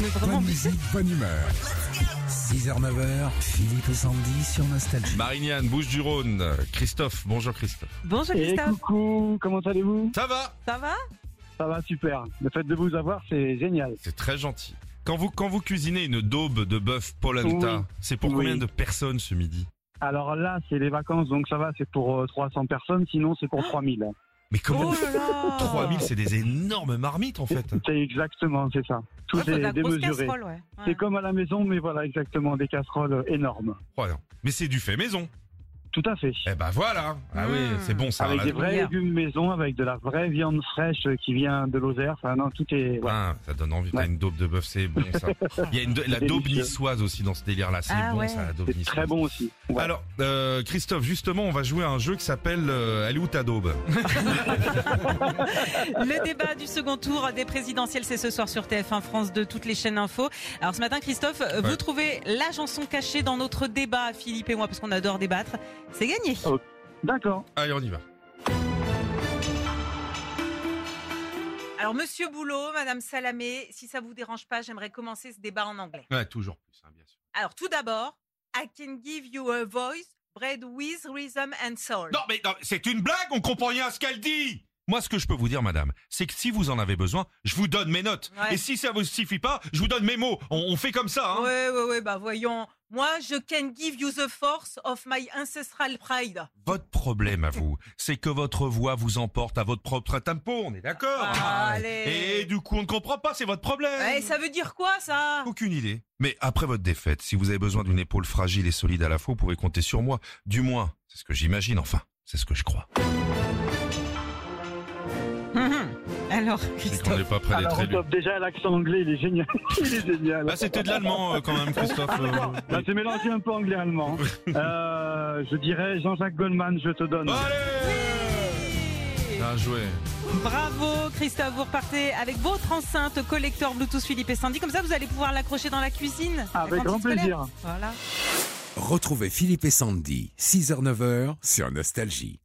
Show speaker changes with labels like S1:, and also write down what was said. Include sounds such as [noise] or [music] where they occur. S1: Mais vraiment.
S2: Bonne musique, bonne humeur. 6h, 9h, Philippe et Sandy sur Nostalgie.
S3: Marignane, Bouche du Rhône, Christophe, bonjour Christophe.
S1: Bonjour
S4: Et
S1: Christophe,
S4: coucou, comment allez-vous
S3: Ça va
S1: ça va
S4: Ça va super. Le fait de vous avoir, c'est génial.
S3: C'est très gentil. Quand vous, quand vous cuisinez une daube de bœuf polenta,
S4: Oui.
S3: c'est pour
S4: Oui.
S3: combien de personnes ce midi
S4: Alors là, c'est les vacances, donc ça va, c'est pour euh, 300 personnes, sinon c'est pour 3000.
S3: Mais comment
S1: Oh là là
S3: 3000, c'est des énormes marmites en
S4: [laughs]
S3: fait.
S4: C'est exactement, c'est ça. Tout
S1: Ouais, Ah, faut de la
S4: est
S1: grosse
S4: démesuré.
S1: casserole, hein. ouais. Ouais.
S4: C'est comme à la maison, mais voilà, exactement, des casseroles euh, énormes.
S3: Ouais, non. Mais c'est du fait maison.
S4: Tout à fait.
S3: Eh ben voilà. Ah oui,
S1: Mm.
S3: c'est bon ça.
S4: avec
S3: là.
S4: des vrais
S1: lumière.
S4: légumes maison, avec de la vraie viande fraîche euh, qui vient de Lozère. Enfin, non, tout est. ouais.
S3: Ah, ça donne envie. T'as
S4: Ouais.
S3: une daube de bœuf, c'est bon
S4: [laughs]
S3: ça. Il y a une, la daube
S4: délicieux.
S3: niçoise aussi dans ce délire-là. C'est
S1: Ah
S3: bon
S1: ouais.
S3: ça, la daube
S4: C'est
S3: niçoise.
S4: très bon aussi. Ouais.
S3: Alors, euh, Christophe, justement, on va jouer à un jeu qui s'appelle euh, Elle est où ta daube
S1: Le débat du second tour des présidentielles, c'est ce soir sur TF1 France de toutes les chaînes info. Alors ce matin, Christophe, euh, vous
S3: Ouais.
S1: trouvez la chanson cachée dans notre débat, Philippe et moi, parce qu'on adore débattre. C'est gagné.
S4: Oh. D'accord.
S3: Allez, on y va.
S1: Alors Monsieur Boulot, Madame Salamé, si ça vous dérange pas, j'aimerais commencer ce débat en anglais.
S3: Ouais, toujours plus, hein, bien sûr.
S1: Alors tout d'abord, I can give you a voice bred with rhythm and soul.
S3: Non, mais non, c'est une blague, on comprend rien à ce qu'elle dit Moi, ce que je peux vous dire, madame, c'est que si vous en avez besoin, je vous donne mes notes.
S1: Ouais.
S3: Et si ça vous suffit pas, je vous donne mes mots. On, on fait comme ça, hein
S1: Ouais, ouais, ouais, bah voyons. Moi, je can give you the force of my ancestral pride.
S3: Votre problème à vous, c'est que votre voix vous emporte à votre propre tempo, on est d'accord
S1: Ah,
S3: hein
S1: allez.
S3: Et du coup, on ne comprend pas, c'est votre problème
S1: Ouais, Eh, ça veut dire quoi, ça
S3: Aucune idée. Mais après votre défaite, si vous avez besoin d'une épaule fragile et solide à la fois, vous pouvez compter sur moi. Du moins, c'est ce que j'imagine, enfin, c'est ce que je crois.
S1: [laughs] Alors,
S3: C'est qu'on n'est pas près
S4: Alors,
S3: d'être
S4: on
S3: élu.
S4: top, déjà, l'accent anglais, il est génial. [laughs] il est génial.
S3: Ah, c'était de l'allemand euh, quand même, Christophe.
S4: [laughs]
S3: euh,
S4: Là, Bah, c'est mélangé un peu anglais-allemand. Euh, je dirais Jean-Jacques Goldman, je te donne.
S3: Oh, [laughs] Allez Bien joué.
S1: Bravo, Christophe, vous repartez avec votre enceinte collecteur Bluetooth Philippe et Sandy. Comme ça, vous allez pouvoir l'accrocher dans la cuisine. la
S4: Avec
S1: cantine
S4: grand
S1: scolaire.
S4: plaisir.
S1: Voilà.
S2: Retrouvez Philippe et Sandy, 6h, 9h sur Nostalgie.